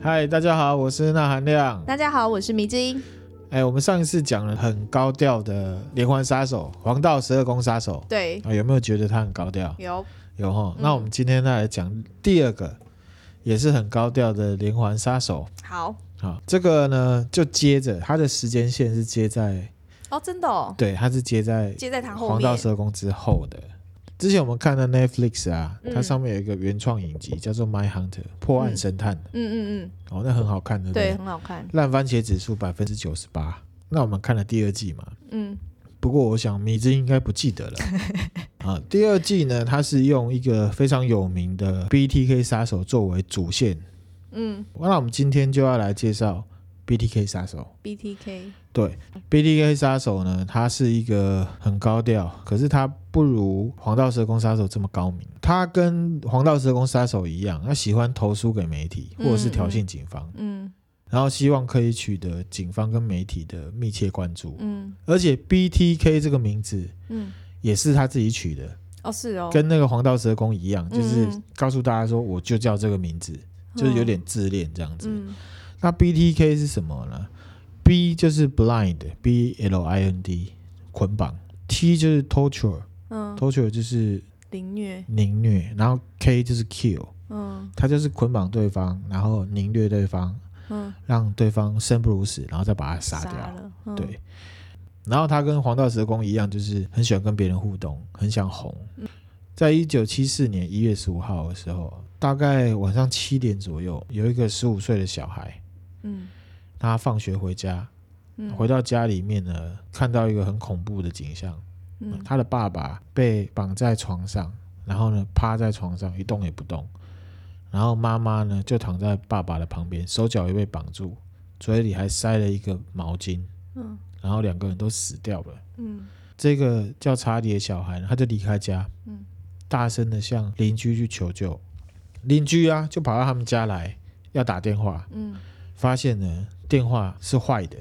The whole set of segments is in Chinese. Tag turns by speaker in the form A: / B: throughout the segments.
A: 嗨，大家好，我是那含亮。
B: 大家好，我是迷之音。
A: 哎，我们上一次讲了很高调的连环杀手——黄道十二宫杀手
B: 对，
A: 啊，有没有觉得他很高调？
B: 有
A: 有哈。
B: 嗯
A: 那我们今天再来讲第二个，也是很高调的连环杀手。
B: 好
A: 好，这个呢就接着它的时间线是接在，
B: 哦，真的哦，
A: 对，它是接在
B: 接在他后
A: 黄道
B: 面。
A: 十二宫之后的。之前我们看的 Netflix 啊，
B: 嗯
A: 它上面有一个原创影集叫做《My Hunter》破案神探，
B: 嗯嗯
A: 哦，那很好看的。
B: 嗯，对，很好看。
A: 烂番茄指数百分之九十八。那我们看了第二季嘛，
B: 嗯，
A: 不过我想米之应该不记得了啊。第二季呢，它是用一个非常有名的 BTK 杀手作为主线。
B: 嗯
A: 那我们今天就要来介绍 BTK 杀手。
B: ，BTK，
A: 对，BTK 杀手呢，它是一个很高调，可是它不如黄道十二宫杀手这么高明。它跟黄道十二宫杀手一样，它喜欢投诉给媒体或者是挑衅警方。
B: 嗯
A: 然后希望可以取得警方跟媒体的密切关注。
B: 嗯
A: 而且 BTK 这个名字
B: 嗯，
A: 也是他自己取的，
B: 哦是哦，
A: 跟那个黄道蛇公一样，
B: 嗯
A: 就是告诉大家说我就叫这个名字，就是有点自恋这样子。
B: 嗯
A: 那 BTK 是什么呢？B 就是 blind，B L I N D 捆绑，T 就是 torture，torture
B: 嗯，
A: 就是
B: 凌虐，
A: 凌虐，然后 K 就是 kill，
B: 嗯
A: 它就是捆绑对方，然后凌虐对方，
B: 嗯，
A: 让对方生不如死，然后再把他杀掉。
B: 杀了，嗯，
A: 对。然后他跟黄道蛇公一样，就是很喜欢跟别人互动，很想红。
B: 嗯
A: 在一九七四年一月十五号的时候，大概晚上七点左右，有一个十五岁的小孩，
B: 嗯
A: 他放学回家，
B: 嗯，
A: 回到家里面呢，看到一个很恐怖的景象，
B: 嗯
A: 他的爸爸被绑在床上，然后呢趴在床上一动也不动，然后妈妈呢就躺在爸爸的旁边，手脚也被绑住，嘴里还塞了一个毛巾。
B: 嗯
A: 然后两个人都死掉了。
B: 嗯
A: 这个叫查理的小孩呢，他就离开家，
B: 嗯
A: 大声的向邻居去求救。邻居啊，就跑到他们家来要打电话，
B: 嗯
A: 发现呢电话是坏的，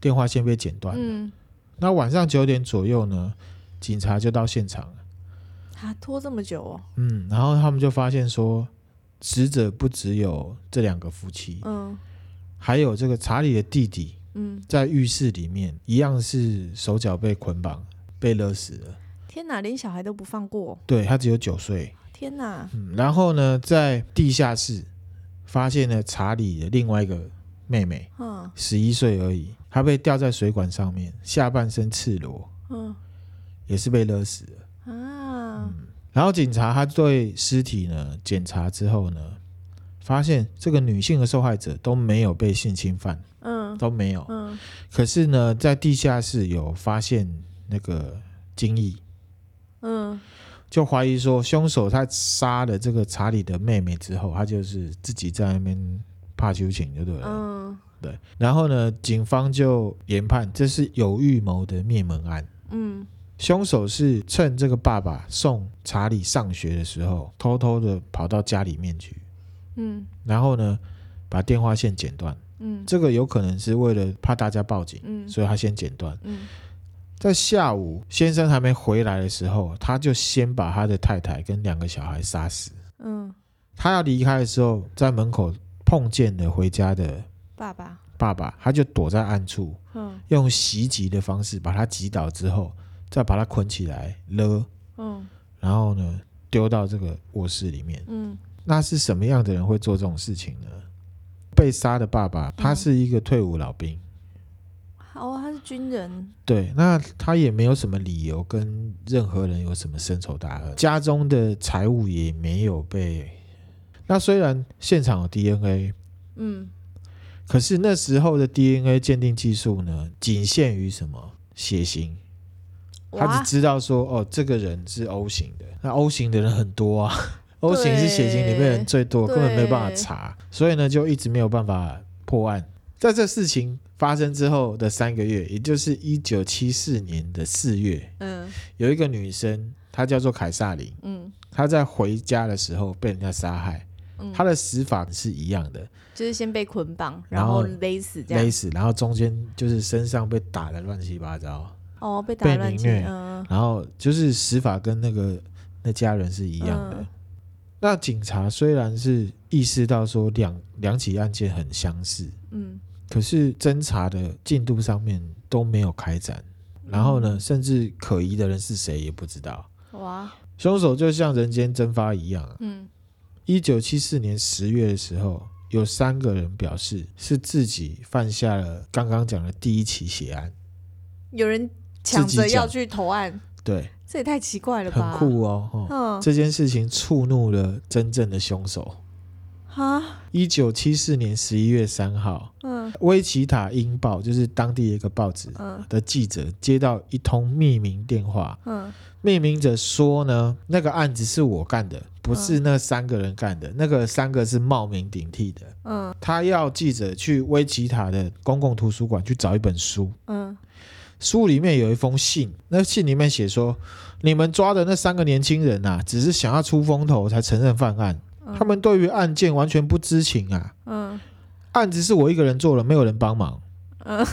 A: 电话线被剪断。
B: 嗯，
A: 那晚上九点左右呢，警察就到现场了。
B: 他拖这么久哦，
A: 嗯，然后他们就发现说，死者不只有这两个夫妻，
B: 嗯
A: 还有这个查理的弟弟
B: 嗯，
A: 在浴室里面一样是手脚被捆绑，被勒死了。
B: 天哪，连小孩都不放过，哦
A: 对他只有九岁。
B: 天哪，
A: 嗯，然后呢，在地下室发现了查理的另外一个妹妹，
B: 嗯
A: 十一岁而已，她被吊在水管上面，下半身赤裸，
B: 嗯
A: 也是被勒死了。
B: 啊，
A: 然后警察他对尸体呢检查之后呢，发现这个女性的受害者都没有被性侵犯，
B: 嗯
A: 都没有。
B: 嗯。
A: 可是呢，在地下室有发现那个精液，
B: 嗯
A: 就怀疑说凶手他杀了这个查理的妹妹之后，他就是自己在那边怕求情，就对啊了。
B: 嗯
A: 对，然后呢，警方就研判这是有预谋的灭门案，
B: 嗯
A: 凶手是趁这个爸爸送查理上学的时候，偷偷的跑到家里面去，
B: 嗯
A: 然后呢，把电话线剪断。
B: 嗯
A: 这个有可能是为了怕大家报警，
B: 嗯
A: 所以他先剪断。
B: 嗯
A: 在下午先生还没回来的时候，他就先把他的太太跟两个小孩杀死。
B: 嗯，
A: 他要离开的时候，在门口碰见了回家的
B: 爸爸，
A: 爸爸，他就躲在暗处，
B: 嗯
A: 用袭击的方式把他击倒之后，再把他捆起来勒，
B: 嗯
A: 然后呢丢到这个卧室里面。
B: 嗯
A: 那是什么样的人会做这种事情呢？被杀的爸爸他是一个退伍老兵，
B: 好，他是军人，
A: 对，那他也没有什么理由跟任何人有什么深仇大恨，家中的财物也没有被。那虽然现场有 DNA，
B: 嗯
A: 可是那时候的 DNA 鉴定技术呢，仅限于什么血型？他
B: 哇
A: 只知道说，哦，这个人是 O 型的。那 O 型的人很多啊 ，O 型是血型里面人最多，根本没办法
B: 对
A: 查，所以呢，就一直没有办法破案。在这事情发生之后的三个月，也就是一九七四年的四月，
B: 嗯
A: 有一个女生，她叫做凯撒琳，
B: 嗯
A: 她在回家的时候被人家杀害，
B: 嗯，
A: 她的死法是一样的，
B: 就是先被捆绑，
A: 然
B: 然
A: 后
B: 后勒死这
A: 勒
B: 样，
A: 死，然后中间就是身上被打的乱七八糟，
B: 哦，被
A: 被
B: 打乱
A: 凌
B: 七，
A: 虐
B: 嗯
A: 然后就是死法跟那个那家人是一样的。
B: 嗯
A: 那警察虽然是意识到说两两起案件很相似，
B: 嗯，
A: 可是侦查的进度上面都没有开展。然后
B: 嗯
A: 呢，甚至可疑的人是谁也不知道。
B: 哇，
A: 凶手就像人间蒸发一样啊！
B: 嗯
A: 一九七四年十月的时候，有三个人表示是自己犯下了刚刚讲的第一起血案。
B: 有人抢
A: 自己
B: 着
A: 讲
B: 要去投案，
A: 对，
B: 这也太奇怪了
A: 很
B: 吧？
A: 酷哦。哦
B: 嗯
A: 这件事情触怒了真正的凶手。
B: 啊，
A: 一九七四年十一月三号，
B: 嗯
A: 威奇塔英报就是当地一个报纸
B: 嗯
A: 的记者接到一通匿名电话，
B: 嗯
A: 匿名者说呢，那个案子是我干的，
B: 嗯
A: 不是那三个人干的，那个三个是冒名顶替的。
B: 嗯
A: 他要记者去威奇塔的公共图书馆去找一本书，
B: 嗯，
A: 书里面有一封信，那信里面写说，你们抓的那三个年轻人啊，只是想要出风头才承认犯案，
B: 嗯
A: 他们对于案件完全不知情啊。
B: 嗯
A: 案子是我一个人做了，没有人帮忙，
B: 嗯，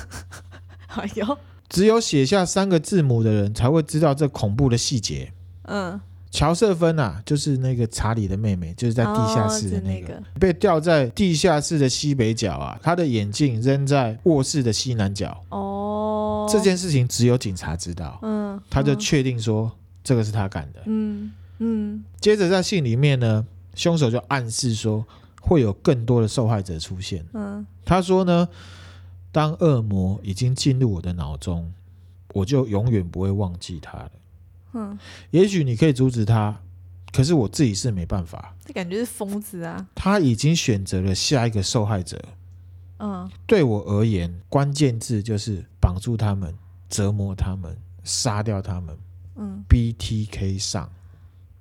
B: 哎呦，
A: 只有写下三个字母的人才会知道这恐怖的细节。
B: 嗯，
A: 乔瑟芬啊，就是那个查理的妹妹，就是在地下室的
B: 哦
A: 那
B: 是
A: 个，被吊在地下室的西北角啊，她的眼镜扔在卧室的西南角。
B: 哦，
A: 这，件事情只有警察知道，
B: 嗯，
A: 他就确定说这个是他干的。
B: 嗯，嗯
A: 接着在信里面呢，凶手就暗示说会有更多的受害者出现。
B: 嗯
A: 他说呢，当恶魔已经进入我的脑中，我就永远不会忘记他了。
B: 嗯，
A: 也许你可以阻止他，可是我自己是没办法。
B: 这感觉是疯子啊，
A: 他已经选择了下一个受害者。
B: 嗯
A: 对我而言，关键字就是绑住他们、折磨他们、杀掉他们。
B: 嗯
A: BTK 上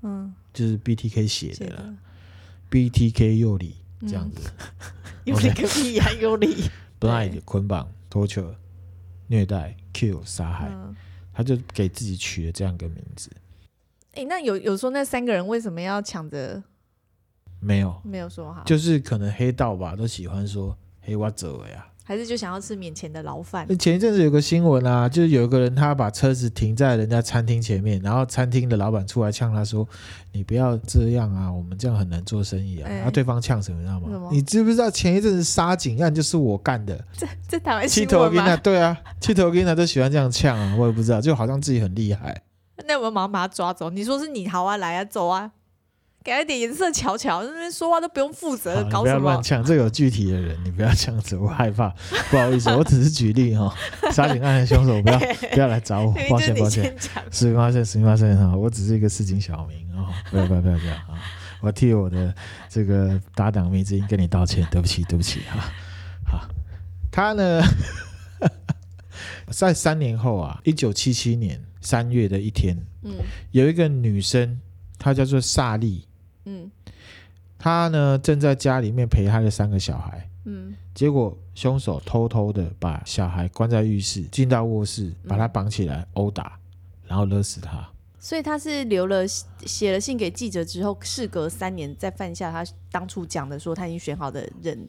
B: 嗯，
A: 就是 BTK 写
B: 写
A: 的啦
B: 的嗯
A: BTK 右里这样子，
B: 有理个屁呀，有 理，
A: blind 捆绑、torture、虐待、kill 杀害。
B: 嗯。
A: 他就给自己取了这样一个名字。
B: 哎、那有有说那三个人为什么要抢着
A: 没有，
B: 没有说好，
A: 就是可能黑道吧，都喜欢说“黑我走了呀
B: 还是就想要吃免钱的牢”。饭？
A: 那前一阵子有个新闻啊，就是有一个人他把车子停在人家餐厅前面，然后餐厅的老板出来呛他说：“你不要这样啊，我们这样很难做生意啊。
B: 哎
A: 然后对方呛什么，你知道
B: 什
A: 吗
B: 么？
A: 你知不知道前一阵子杀警案就是我干的？
B: 这台湾
A: 七
B: 新
A: 头
B: 闻
A: 跟啊，
B: 吗？
A: 对啊，七头跟啊都喜欢这样呛啊，我也不知道，就好像自己很厉害。 啊
B: 那我们马上把他抓走。你说是你好啊，来啊，走啊，给他一点颜色瞧瞧，那边说话都不用负
A: 好
B: 责，
A: 你
B: 搞
A: 不要
B: 什
A: 乱
B: 么？
A: 呛，这有具体的人，你不要这样子，我害怕，不好意思，我只是举例 哈、杀警案的凶手不要不要来找我
B: 明，明
A: 抱
B: 就是
A: 歉抱
B: 你
A: 歉，
B: 先讲，
A: 十八岁十八岁哈，我只是一个市井小民哦，不要不要不要这样啊，我替我的这个搭档迷之音跟你道歉，对不起对不起哈、好，他呢，在三年后啊，一九七七年三月的一天，
B: 嗯
A: 有一个女生，她叫做萨利，
B: 嗯
A: 他呢正在家里面陪他的三个小孩，
B: 嗯
A: 结果凶手偷偷的把小孩关在浴室，进到卧室，把他绑起来殴打，然后勒死他。
B: 所以他是留了写了信给记者之后，事隔三年再犯下他当初讲的说他已经选好的人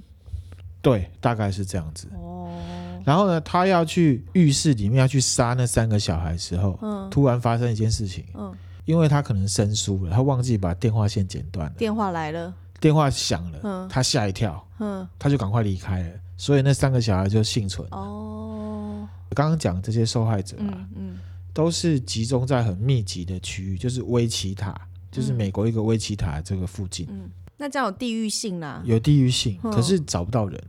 A: 对，大概是这样子。
B: 哦，
A: 然后呢，他要去浴室里面要去杀那三个小孩的时候，
B: 嗯
A: 突然发生一件事情，
B: 嗯，
A: 因为他可能生疏了，他忘记把电话线剪断了，
B: 电话来了，
A: 电话响了，
B: 嗯
A: 他吓一跳，
B: 嗯
A: 他就赶快离开了，所以那三个小孩就幸存。
B: 哦，
A: 刚刚讲这些受害者啊，
B: 嗯嗯
A: 都是集中在很密集的区域，就是威奇塔，就是美国一个威奇塔这个附近、
B: 嗯，那这样有地域性啦，
A: 有地域性，
B: 嗯
A: 可是找不到人，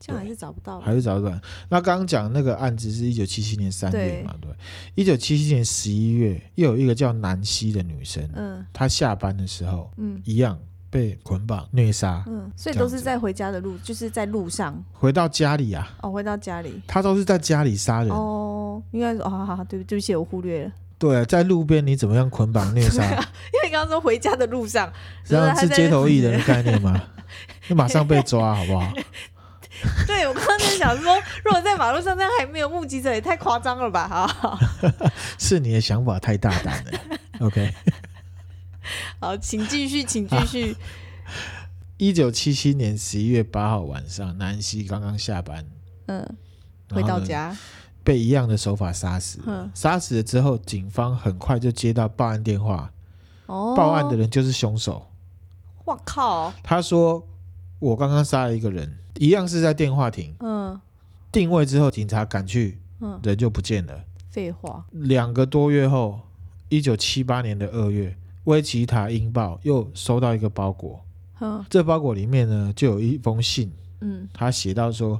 B: 这样还是找不到吧。
A: 还是找不到人。那刚刚讲那个案子是一九七七年三月
B: 对
A: 嘛，对，一九七七年十一月，又有一个叫南希的女生，
B: 嗯
A: 她下班的时候
B: 嗯
A: 一样被捆绑虐杀，
B: 嗯，所以都是在回家的路，就是在路上
A: 回到家里啊，
B: 哦，回到家里
A: 她都是在家里杀人。
B: 哦，应该是哦，好好好，对不对不起，我忽略了，
A: 对、啊，在路边你怎么样捆绑虐杀，
B: 因为你刚刚说回家的路上，
A: 这样是
B: 啊就是她在
A: 街头艺人的概念吗？那马上被抓好不好？
B: 对我刚刚在想说，如果在马路上这样还没有目击者，也太夸张了吧？哈，好
A: 是你的想法太大胆了。OK，
B: 好，请继续，请
A: 啊
B: 继续，
A: 一九七七年十一月八号晚上，南希刚刚下班，
B: 嗯，
A: 然后
B: 回
A: 呢
B: 到家，
A: 被一样的手法杀死。
B: 嗯
A: 杀死了之后，警方很快就接到报案电话，
B: 哦，
A: 报案的，人就是凶手。
B: 哇靠，
A: 他说我刚刚杀了一个人，一样是在电话亭
B: 嗯
A: 定位之后，警察赶去，
B: 嗯，
A: 人就不见了。
B: 废话，
A: 两个多月后，一九七八年的二月，威奇塔英报又收到一个包裹，
B: 嗯
A: 这包裹里面呢就有一封信，
B: 嗯
A: 他写到说，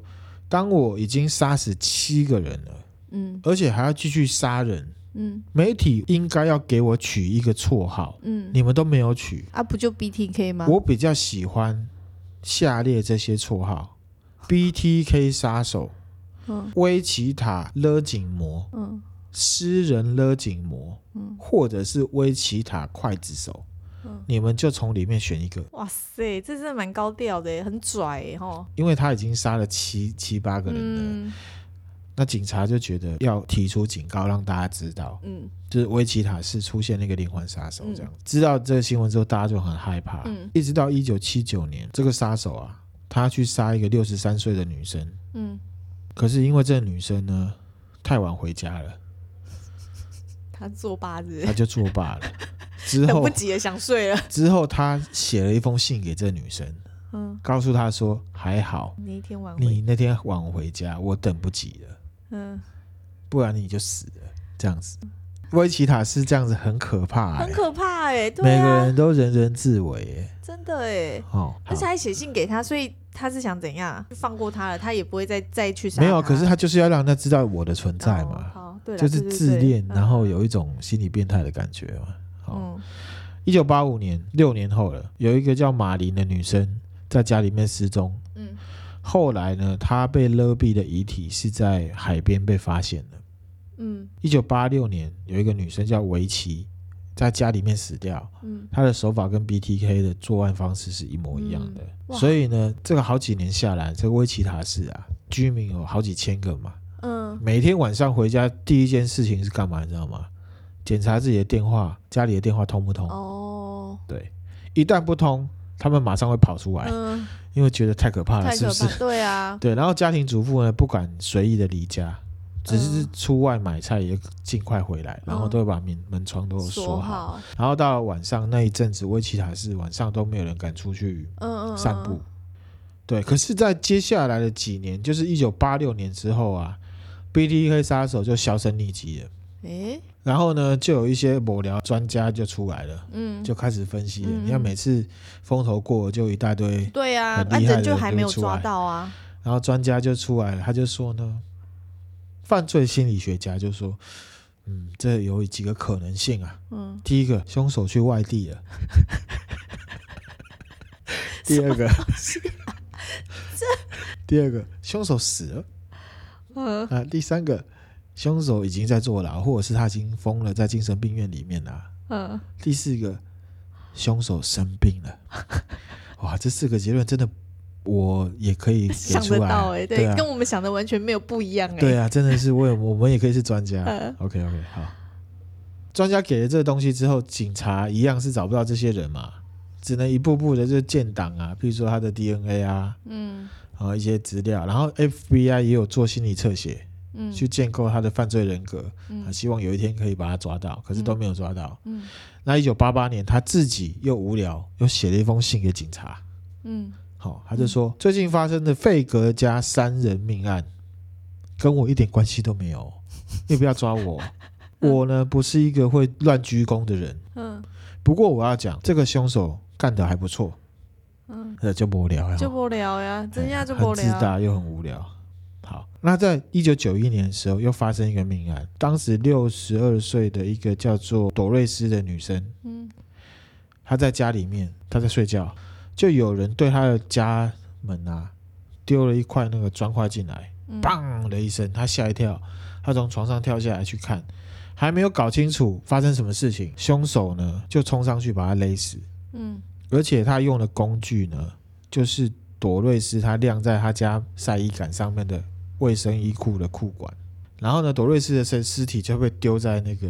A: 当我已经杀死七个人了，
B: 嗯
A: 而且还要继续杀人，
B: 嗯
A: 媒体应该要给我取一个绰号，
B: 嗯，
A: 你们都没有取，
B: 啊不就 BTK 吗？
A: 我比较喜欢下列这些绰号：BTK 杀手、
B: 嗯
A: 威奇塔勒紧魔、
B: 嗯
A: 诗人勒紧魔，
B: 嗯
A: 或者是威奇塔刽子手，
B: 嗯
A: 你们就从里面选一个，
B: 哇塞，这真的蛮高调的耶，很拽耶哈。
A: 因为他已经杀了七七八个人了。
B: 嗯
A: 那警察就觉得要提出警告，让大家知道，
B: 嗯
A: 就是威奇塔是出现那个连环杀手这样。知道这个新闻之后，大家就很害怕。
B: 嗯
A: 一直到一九七九年，这个杀手啊，他去杀一个六十三岁的女生，
B: 嗯，
A: 可是因为这个女生呢太晚回家 了，
B: 他作八字
A: 他，就作罢了。之
B: 等
A: 后
B: 不及了，想睡 了。
A: 之后，他写了一封信给这女生，
B: 嗯，
A: 告诉她说：“还好
B: 那一天晚
A: 你
B: 回，
A: 那天晚回家，我等不及了，
B: 嗯，
A: 不然你就死了。”这样子，威奇塔是这样子，很可怕、欸，
B: 很可怕哎，对
A: 每个
B: 啊
A: 人，都人人自危、欸，
B: 真的哎。
A: 哦，
B: 而且还写信给他，所以他是想怎样？就放过他了，他也不会再再去杀
A: 没有，啊
B: 他
A: 可是他就是要让他知道我的存在
B: 啊哦
A: 嘛，
B: 好，对啦，
A: 就是
B: 对对
A: 自
B: 对
A: 恋，然后
B: 嗯
A: 有一种心理变态的感觉嘛。好，
B: 嗯
A: 一九八五年，六年后了，有一个叫马林的女生在家里面失踪，
B: 嗯
A: 后来呢，她被勒毙的遗体是在海边被发现的。
B: 嗯
A: 一九八六年，有一个女生叫维奇，在家里面死掉，
B: 嗯，
A: 她的手法跟 BTK 的作案方式是一模一样的。
B: 嗯哇
A: 所以呢，这个好几年下来，这个威奇塔市啊，居民有好几千个嘛，
B: 嗯
A: 每天晚上回家第一件事情是干嘛？你知道吗？检查自己的电话，家里的电话通不通？
B: 哦，
A: 对，一旦不通，他们马上会跑出来，
B: 嗯，
A: 因为觉得太可怕了，
B: 太
A: 是
B: 可
A: 不是
B: 怕，？对啊，
A: 对，然后家庭主妇呢不敢随意的离家，只是
B: 嗯
A: 出外买菜也尽快回来，然后都会把门门窗都锁
B: 锁
A: 好。
B: 好，
A: 然后到了晚上那一阵子，威奇塔是晚上都没有人敢出去
B: 嗯嗯嗯，
A: 散步。对，可是，在接下来的几年，就是一九八六年之后啊，BTK 杀手就销声匿迹了。
B: 诶，
A: 然后呢，就有一些某聊专家就出来了，
B: 嗯，
A: 就开始分析了。
B: 嗯
A: 你看，每次风头过，就一大堆
B: 对啊，
A: 很
B: 啊
A: 厉害的
B: 人就还没有
A: 流出来
B: 抓到啊，
A: 然后专家就出来了，他就说呢，犯罪心理学家就说，嗯，这有几个可能性啊。
B: 嗯，
A: 第一个，凶手去外地 了；第二个，
B: 啊
A: 第二个，凶手死了
B: 嗯
A: 啊；第三个，凶手已经在坐牢，或者是他已经疯了，在精神病院里面啦、
B: 嗯，
A: 第四个，凶手生病 了。哇，这四个结论真的，我也可以给
B: 想
A: 出
B: 得
A: 来啊。
B: 到哎，
A: 对
B: 对
A: 啊，，
B: 跟我们想的完全没有不一样哎，
A: 对啊，真的是我也我们也可以是专家。
B: 嗯
A: OK OK，好。专家给了这个东西之后，警察一样是找不到这些人嘛，只能一步步的就建档啊，比如说他的 DNA 啊，
B: 嗯
A: 然后一些资料，然后 FBI 也有做心理侧写，
B: 嗯
A: 去建构他的犯罪人格，啊，
B: 嗯
A: 希望有一天可以把他抓到，可是都没有抓到。
B: 嗯
A: 那一九八八年，他自己又无聊，又写了一封信给警察，
B: 嗯，
A: 好、他就说、最近发生的费格加三人命案，跟我一点关系都没 有，你不要抓我。我呢不是一个会乱鞠躬的人，
B: 嗯
A: 不过我要讲这个凶手干得还不错，
B: 嗯，
A: 呃，就无聊呀，
B: 就无聊呀，真
A: 哎
B: 的就
A: 很
B: 无
A: 自
B: 聊，
A: 大又很无聊。好，那在一九九一年的时候又发生一个命案，当时六十二岁的一个叫做朵瑞斯的女生，
B: 嗯
A: 她在家里面，她在睡觉，就有人对她的家门啊丢了一块那个砖块进来，
B: 嗯，
A: 砰的一声，她吓一跳，她从床上跳下来去看，还没有搞清楚发生什么事情，凶手呢就冲上去把她勒死，
B: 嗯
A: 而且他用的工具呢，就是朵瑞斯她晾在她家晒衣杆上面的卫生衣裤的裤管，然后呢，朵瑞斯的尸尸体就被丢在那个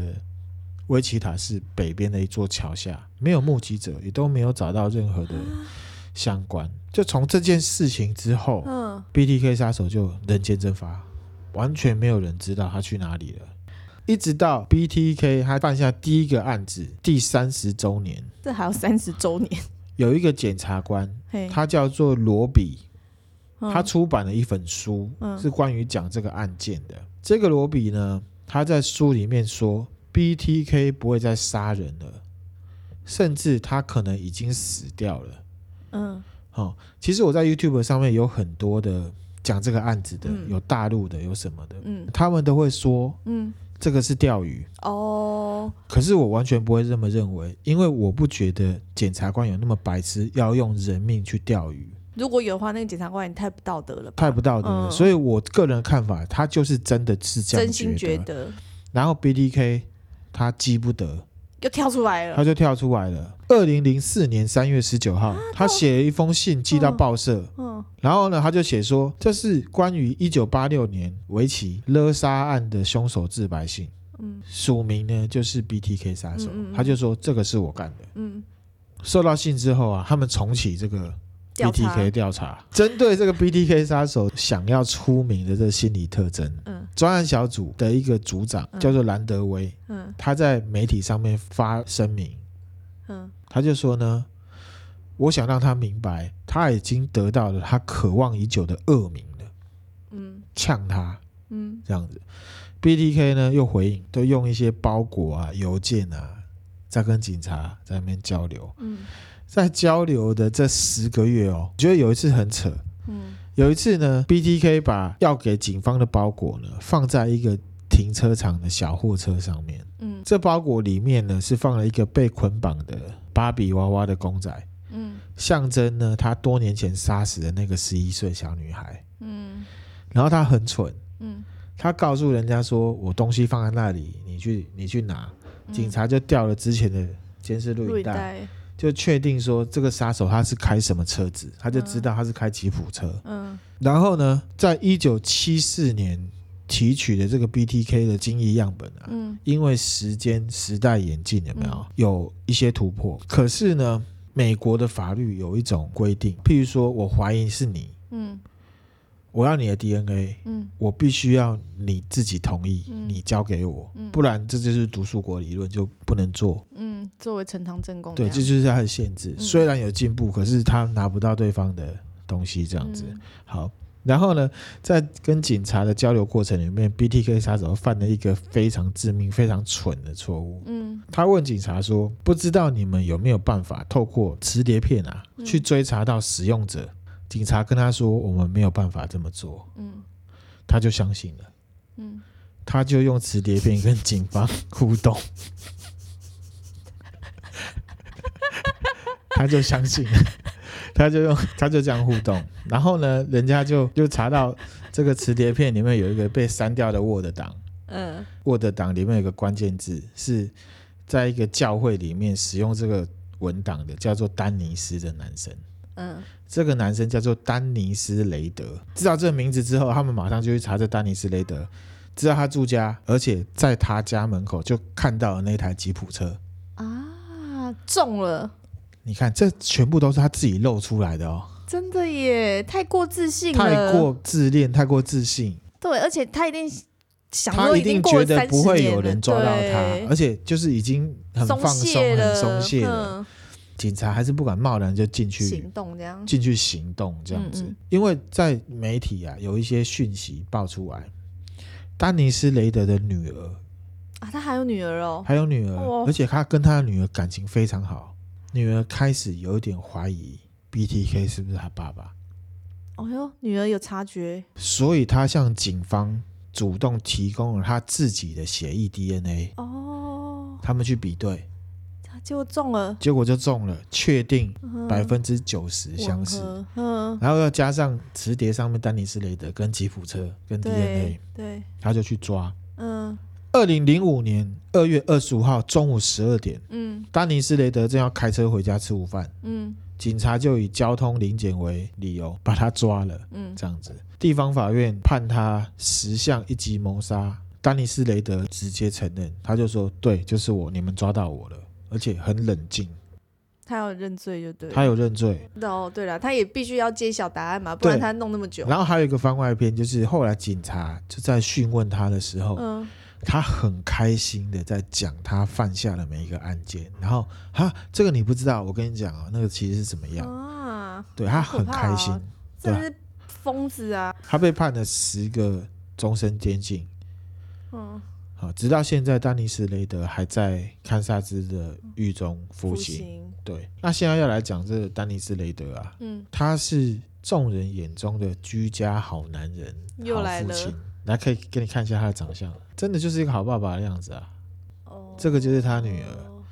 A: 威奇塔市北边的一座桥下，没有目击者，也都没有找到任何的相关。就从这件事情之后
B: 嗯，
A: ，BTK 杀手就人间蒸发，完全没有人知道他去哪里了。一直到 BTK 他犯下第一个案子第三十周年，
B: 这还有三十周年，
A: 有一个检察官，
B: 嘿，
A: 他叫做罗比，
B: 嗯
A: 他出版了一本书，
B: 嗯
A: 是关于讲这个案件的。这个罗比呢，他在书里面说，BTK 不会再杀人了，甚至他可能已经死掉了。
B: 嗯
A: 哦，其实我在 YouTube 上面有很多的讲这个案子的，
B: 嗯
A: 有大陆的，有什么的，
B: 嗯
A: 他们都会说
B: 嗯，
A: 这个是钓鱼。
B: 哦，
A: 可是我完全不会这么认为，因为我不觉得检察官有那么白痴，要用人命去钓鱼，
B: 如果有的话，那个检察官也太不道德了吧，
A: 太不道德了。
B: 嗯
A: 所以我个人的看法，他就是真的是这样
B: 真心觉
A: 得。
B: 得
A: 然后 BDK 他激不得，
B: 又跳出来了
A: 他，就跳出来了。二零零四年三月十九号，他写了一封信寄到
B: 啊嗯
A: 报社，
B: 嗯
A: 然后呢，他就写说这是关于一九八六年围棋勒杀案的凶手自白信，
B: 嗯
A: 署名呢就是 BTK 杀手。
B: 嗯嗯嗯
A: 他就说这个是我干的。
B: 嗯，
A: 收到信之后啊，他们重启这个
B: 调查
A: BTK 调查，针对这个 BTK 杀手想要出名的这个心理特征，
B: 嗯
A: 专案小组的一个组长
B: 嗯
A: 叫做兰德威，
B: 嗯
A: 他在媒体上面发声明，
B: 嗯
A: 他就说呢，我想让他明白，他已经得到了他渴望已久的恶名了，
B: 嗯
A: 呛他
B: 嗯
A: 这样子。BTK 呢又回应，都用一些包裹啊、邮件啊，在跟警察在那边交流。
B: 嗯
A: 在交流的这十个月哦，我觉得有一次很扯。
B: 嗯
A: 有一次呢，BTK 把要给警方的包裹呢放在一个停车场的小货车上面。
B: 嗯
A: 这包裹里面呢是放了一个被捆绑的芭比娃娃的公仔，
B: 嗯
A: 象征呢他多年前杀死的那个十一岁小女孩。
B: 嗯
A: 然后他很蠢，
B: 嗯，
A: 他告诉人家说：“我东西放在那里，你去你去拿。”警察就调了之前的监视录
B: 嗯录
A: 影
B: 影
A: 带。
B: 带，
A: 就确定说这个杀手他是开什么车子，他就知道他是开吉普车。
B: 嗯
A: 然后呢，在一九七四年提取的这个 BTK 的精液样本啊，
B: 嗯
A: 因为时间时代演进有没有、
B: 嗯
A: 有一些突破？可是呢，美国的法律有一种规定，譬如说我怀疑是你，
B: 嗯
A: 我要你的 DNA。
B: 嗯
A: 我必须要你自己同意，
B: 嗯
A: 你交给我，
B: 嗯
A: 不然这就是毒树国理论，就不能做。
B: 嗯，作为呈堂证供这
A: 对，
B: 样，
A: 这就是他的限制。
B: 嗯
A: 虽然有进步，可是他拿不到对方的东西，这
B: 这
A: 样子。好，然后呢，在跟警察的交流过程里面，BTK 杀手犯了一个非常致命、非常蠢的错误。
B: 嗯
A: 他问警察说：“不知道你们有没有办法透过磁碟片啊，
B: 嗯
A: 去追查到使用者？”警察跟他说：“我们没有办法这么做。
B: 嗯”
A: 他就相信了，
B: 嗯，
A: 他就用磁碟片跟警方互动， 他就相信了，他就用他就这样互动，然后呢，人家就就查到这个磁碟片里面有一个被删掉的 Word 档呃
B: 嗯
A: ，Word 档里面有个关键字是在一个教会里面使用这个文档的，叫做丹尼斯的男生。
B: 嗯
A: 这个男生叫做丹尼斯·雷德。知道这个名字之后，他们马上就去查这丹尼斯·雷德，知道他住家，而且在他家门口就看到了那台吉普车。
B: 啊，中了，
A: 你看，这全部都是他自己露出来的哦，
B: 真的耶，太过自信了，
A: 太过自恋，太过自信，
B: 对，而且他一定想
A: 他
B: 说
A: 一
B: 已
A: 定
B: 经过
A: 觉
B: 了
A: 得
B: 30
A: 不会有
B: 年了
A: 人抓到他，
B: 对
A: 而且就是已经很放松、
B: 懈了，
A: 很松懈了。
B: 嗯
A: 警察还是不敢贸然就进去
B: 行动这样，
A: 进去行动这样子，
B: 嗯嗯
A: 因为在媒体啊有一些讯息爆出来，丹尼斯雷德的女儿
B: 啊，他还有女儿哦，
A: 还有女儿，
B: 哦
A: 而且他跟他的女儿感情非常好，女儿开始有一点怀疑 BTK 是不是他爸爸，哎
B: 哦哟，女儿有察觉，
A: 所以他向警方主动提供了他自己的血液 DNA，
B: 哦，
A: 他们去比对，
B: 他就中了，
A: 结果就中了，确定
B: 嗯
A: 百分之九十
B: 吻
A: 相似。
B: 合，嗯，
A: 然后要加上磁碟上面丹尼斯雷德跟吉普车跟 DNA，
B: 对对，
A: 他就去抓。
B: 嗯
A: 二零零五年二月二十五号中午十二点，
B: 嗯
A: 丹尼斯雷德正要开车回家吃午饭，
B: 嗯
A: 警察就以交通临检为理由把他抓了。
B: 嗯，
A: 这样子，地方法院判他十项一级谋杀。丹尼斯雷德直接承认，他就说：“对，就是我，你们抓到我了。”而且很冷静，
B: 他有认罪就对了，
A: 他有认罪。
B: 哦，对了，他也必须要揭晓答案嘛，不然
A: 对
B: 他弄那么久，
A: 然后还有一个番外篇，就是后来警察就在讯问他的时候，
B: 嗯
A: 他很开心的在讲他犯下的每一个案件，然后哈，这个你不知道，我跟你讲啊，那个其实是怎么样，
B: 啊，
A: 对他
B: 好
A: 很
B: 可怕
A: 开
B: 哦
A: 心，对啊
B: 这
A: 吧
B: 是疯子啊！
A: 他被判了十个终身监禁，
B: 嗯，
A: 好，直到现在，丹尼斯雷德还在堪萨斯的狱中服刑。，对，那现在要来讲这个丹尼斯雷德啊，
B: 嗯，
A: 他是众人眼中的居家好男人，
B: 又
A: 好
B: 来
A: 父
B: 了
A: 亲。来，可以给你看一下他的长相，真的就是一个好爸爸的样子啊。
B: 哦，
A: 这个就是他女儿，
B: 哦，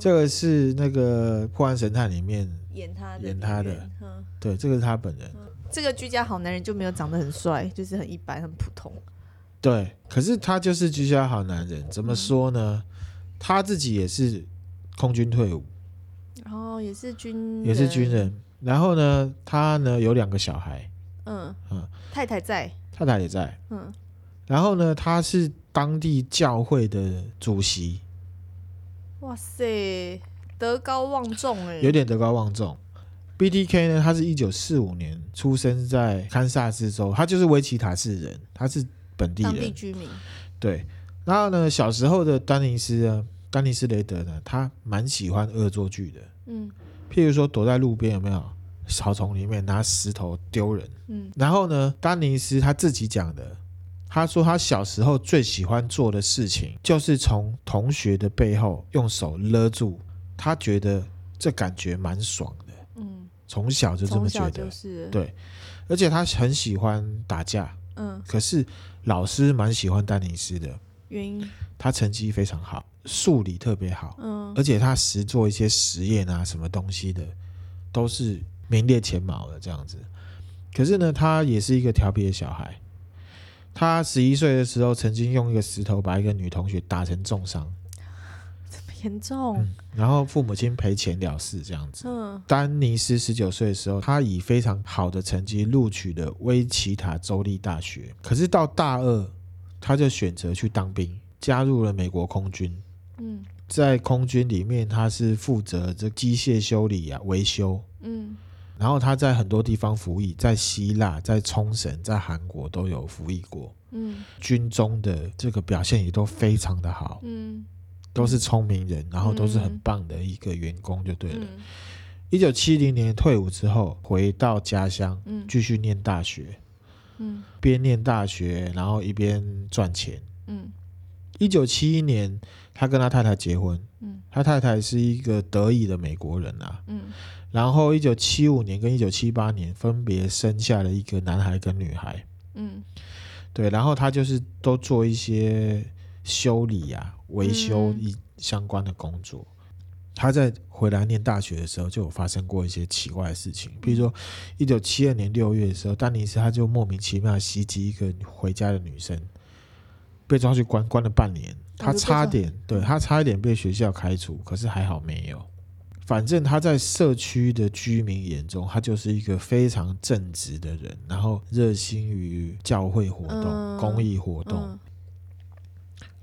A: 这个是那个《破案神探》里面，
B: 演他的，
A: 演他的，
B: 嗯，
A: 对，这个是他本人。
B: 这个居家好男人就没有长得很帅，就是很一般，很普通。
A: 对，可是他就是居家好男人，怎么说呢？他自己也是空军退伍，
B: 然后也是军，
A: 也是军，人。然后呢，他呢有两个小孩，
B: 嗯
A: 嗯
B: 太太在，
A: 太太也在。
B: 嗯，
A: 然后呢，他是当地教会的主席，
B: 哇塞，德高望重哎，
A: 有点德高望重。BTK 呢，他是一九四五年出生在堪萨斯州，他就是维奇塔市人，他是本地
B: 当
A: 人。
B: 地居民，
A: 对，然后呢，小时候的丹尼斯呢，丹尼斯雷德呢，他蛮喜欢恶作剧的，
B: 嗯
A: 譬如说躲在路边有没有草丛里面拿石头丢人。
B: 嗯，
A: 然后呢，丹尼斯他自己讲的，他说他小时候最喜欢做的事情就是从同学的背后用手勒住，他觉得这感觉蛮爽的，
B: 嗯，
A: 从小就这
B: 从
A: 么觉
B: 小
A: 得
B: 就。是，
A: 对而且他很喜欢打架，
B: 嗯，
A: 可是老师蛮喜欢丹尼斯的，
B: 原因，
A: 他成绩非常好，数理特别好，
B: 嗯，
A: 而且他实做一些实验啊，什么东西的，都是名列前茅的这样子。可是呢，他也是一个调皮的小孩。他十一岁的时候，曾经用一个石头把一个女同学打成重伤，
B: 这么严重，
A: 然后父母亲赔钱了事这样子。
B: 嗯，
A: 丹尼斯十九岁的时候，他以非常好的成绩录取了威奇塔州立大学。可是到大二，他就选择去当兵，加入了美国空军。
B: 嗯
A: 在空军里面，他是负责这机械修理啊、维修。
B: 嗯，
A: 然后他在很多地方服役，在希腊、在冲绳、在韩国都有服役过。
B: 嗯
A: 军中的这个表现也都非常的好，
B: 嗯
A: 都是聪明人，然后都是很
B: 嗯
A: 棒的一个员工，就对了。
B: 嗯
A: 一九七零年退伍之后，回到家乡
B: 嗯
A: 继续念大学，
B: 嗯
A: 边念大学然后一边赚钱。
B: 嗯
A: 一九七一年，他跟他太太结婚，
B: 嗯
A: 他太太是一个德裔的美国人啊。
B: 嗯
A: 然后，一九七五年跟一九七八年分别生下了一个男孩跟女孩。
B: 嗯，
A: 对，然后他就是都做一些修理啊、维修
B: 嗯
A: 一相关的工作。他在回来念大学的时候，就有发生过一些奇怪的事情，比如说，一九七二年六月的时候，丹尼斯他就莫名其妙袭击一个回家的女生，被抓去关，关了半年。他差点，对他差一点被学校开除，可是还好没有。反正他在社区的居民眼中，他就是一个非常正直的人，然后热心于教会活动、
B: 嗯
A: 公益活动。
B: 嗯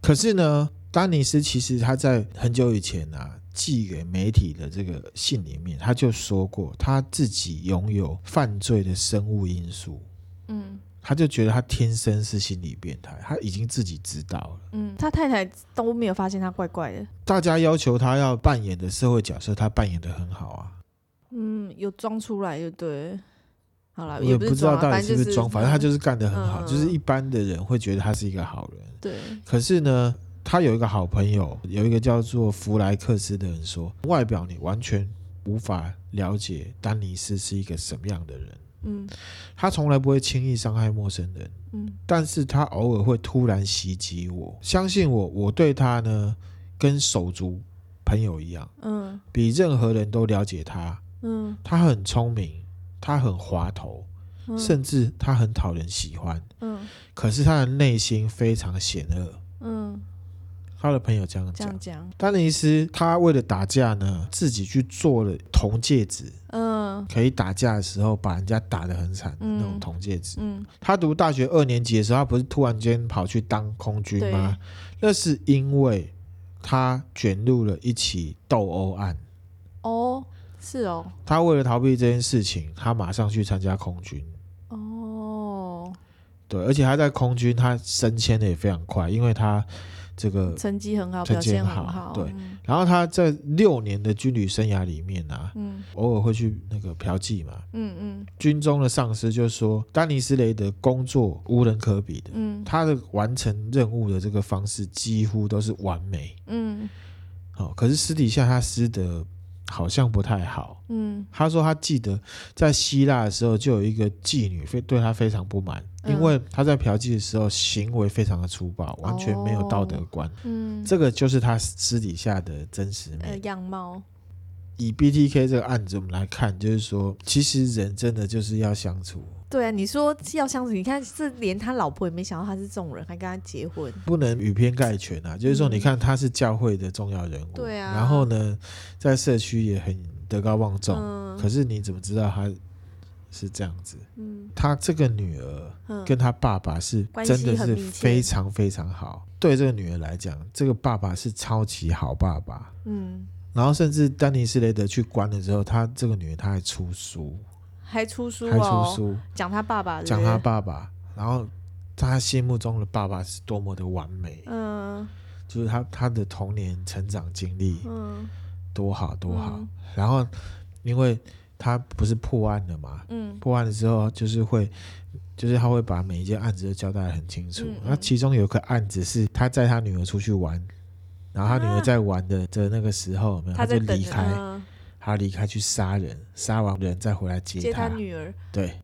A: 可是呢，丹尼斯其实他在很久以前啊，寄给媒体的这个信里面，他就说过他自己拥有犯罪的生物因素，
B: 嗯
A: 他就觉得他天生是心理变态，他已经自己知道了。
B: 嗯，他太太都没有发现他怪怪的，
A: 大家要求他要扮演的社会角色，他扮演的很好啊。
B: 嗯，有装出来就对。好了，
A: 我也
B: 不
A: 不
B: 是
A: 知道
B: 装啊，
A: 到底
B: 反
A: 是
B: 正
A: 不
B: 就是
A: 装，反正他就是干得很好，
B: 嗯
A: 就是一般的人会觉得他是一个好人。
B: 对，
A: 可是呢，他有一个好朋友，有一个叫做弗莱克斯的人说，外表你完全无法了解丹尼斯是一个什么样的人。
B: 嗯
A: 他从来不会轻易伤害陌生人，
B: 嗯
A: 但是他偶尔会突然袭击我。相信我，我对他呢，跟手足朋友一样，
B: 嗯
A: 比任何人都了解他。
B: 嗯
A: 他很聪明，他很滑头，
B: 嗯，
A: 甚至他很讨人喜欢。
B: 嗯
A: 可是他的内心非常险恶。
B: 嗯，
A: 他的朋友这样
B: 这
A: 讲
B: 样。讲，
A: 丹尼斯他为了打架呢，自己去做了铜戒指，
B: 嗯
A: 可以打架的时候把人家打得很惨的
B: 嗯
A: 那种铜戒指。
B: 嗯
A: 他读大学二年级的时候，他不是突然间跑去当空军吗？那是因为他卷入了一起斗殴案。
B: 哦，是哦
A: 他为了逃避这件事情，他马上去参加空军。
B: 哦，
A: 对，而且他在空军他升迁的也非常快，因为他这个
B: 成绩很好，
A: 成
B: 表
A: 绩
B: 现
A: 很
B: 很
A: 好啊
B: 好，
A: 对
B: 嗯
A: 然后他在六年的军旅生涯里面啊，
B: 嗯
A: 偶尔会去那个嫖妓嘛。
B: 嗯
A: 军中的上司就说，丹尼斯雷德工作无人可比的，
B: 嗯
A: 他的完成任务的这个方式几乎都是完美。
B: 嗯
A: 哦，可是私底下他私德好像不太好。
B: 嗯
A: 他说他记得在希腊的时候，就有一个妓女非对他非常不满，
B: 嗯
A: 因为他在嫖妓的时候行为非常的粗暴，完全没有
B: 哦
A: 道德观。
B: 嗯，
A: 这个就是他私底下的真实
B: 呃
A: 面。
B: 样貌，
A: 以 BTK 这个案子我们来看，就是说，其实人真的就是要相处，
B: 对啊，你说要相处，你看这连他老婆也没想到他是这种人，还跟他结婚，
A: 不能以偏概全啊。就是说，
B: 嗯
A: 你看他是教会的重要人物，
B: 对啊
A: 然后呢，在社区也很德高望重，
B: 嗯
A: 可是你怎么知道他是这样子？
B: 嗯
A: 他这个女儿
B: 嗯，
A: 跟他爸爸是
B: 关系
A: 真的
B: 很
A: 是
B: 密切
A: 非常非常
B: 嗯
A: 好。对这个女儿来讲，这个爸爸是超级好爸爸。
B: 嗯
A: 然后甚至丹尼斯雷德去关了之后，他这个女儿她还出书，
B: 还出书
A: 还出
B: 哦，
A: 书
B: 讲他爸爸，
A: 讲他
B: 对不对，
A: 爸爸，
B: 嗯
A: 然后他心目中的爸爸是多么的完美，
B: 嗯
A: 就是他他的童年成长经历
B: 嗯
A: 多好多好
B: 嗯。
A: 然后因为他不是破案了嘛，
B: 嗯
A: 破案了之后就是会。就是他会把每一件案子都交代得很清楚
B: 嗯嗯。
A: 那、其中有一个案子是他载他女儿出去玩，然后他女儿
B: 啊
A: 在玩的的那个时候，有没有
B: 他
A: 就
B: 在等
A: 离
B: 着
A: 开，
B: 嗯
A: 他离开去杀人，杀完人再回来接
B: 接
A: 他
B: 他，女儿，嗯
A: 对，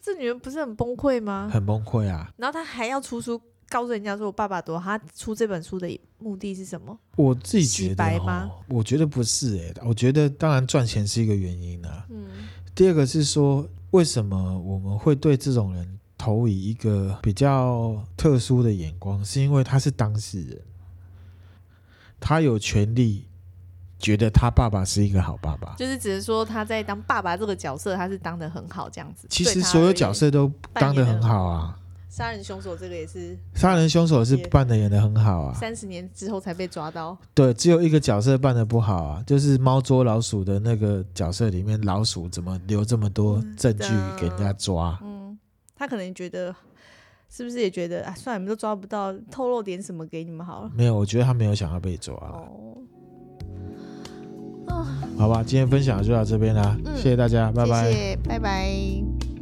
B: 这女人不是很崩溃吗？
A: 很崩溃啊。
B: 然后他还要出书告诉人家说我爸爸多好，他出这本书的目的是什么？
A: 我自己觉
B: 洗
A: 得
B: 白
A: 哦
B: 吗，
A: 我觉得不是诶、我觉得当然赚钱是一个原因啊。
B: 嗯
A: 第二个是说，为什么我们会对这种人投以一个比较特殊的眼光，是因为他是当事人，他有权利觉得他爸爸是一个好爸爸。
B: 就是只是说他在当爸爸这个角色，他是当的很好这样子。
A: 其
B: 对
A: 实
B: 他
A: 所
B: 而
A: 有
B: 言
A: 角，色都当得很好啊，
B: 杀人凶手这个也是
A: 杀人凶手是扮的演的很好啊，
B: 三十年之后才被抓到。
A: 对，只有一个角色扮的不好啊，就是猫捉老鼠的那个角色里面，老鼠怎么留这么多证据给人家抓？
B: 嗯，他可能觉得是不是也觉得啊，算了，你们都抓不到，透露点什么给你们好了。
A: 没有，我觉得他没有想要被抓，啊
B: 哦，
A: 好吧？今天分享就到这边啦，
B: 嗯
A: 谢谢大家，拜拜。
B: 谢谢，拜拜。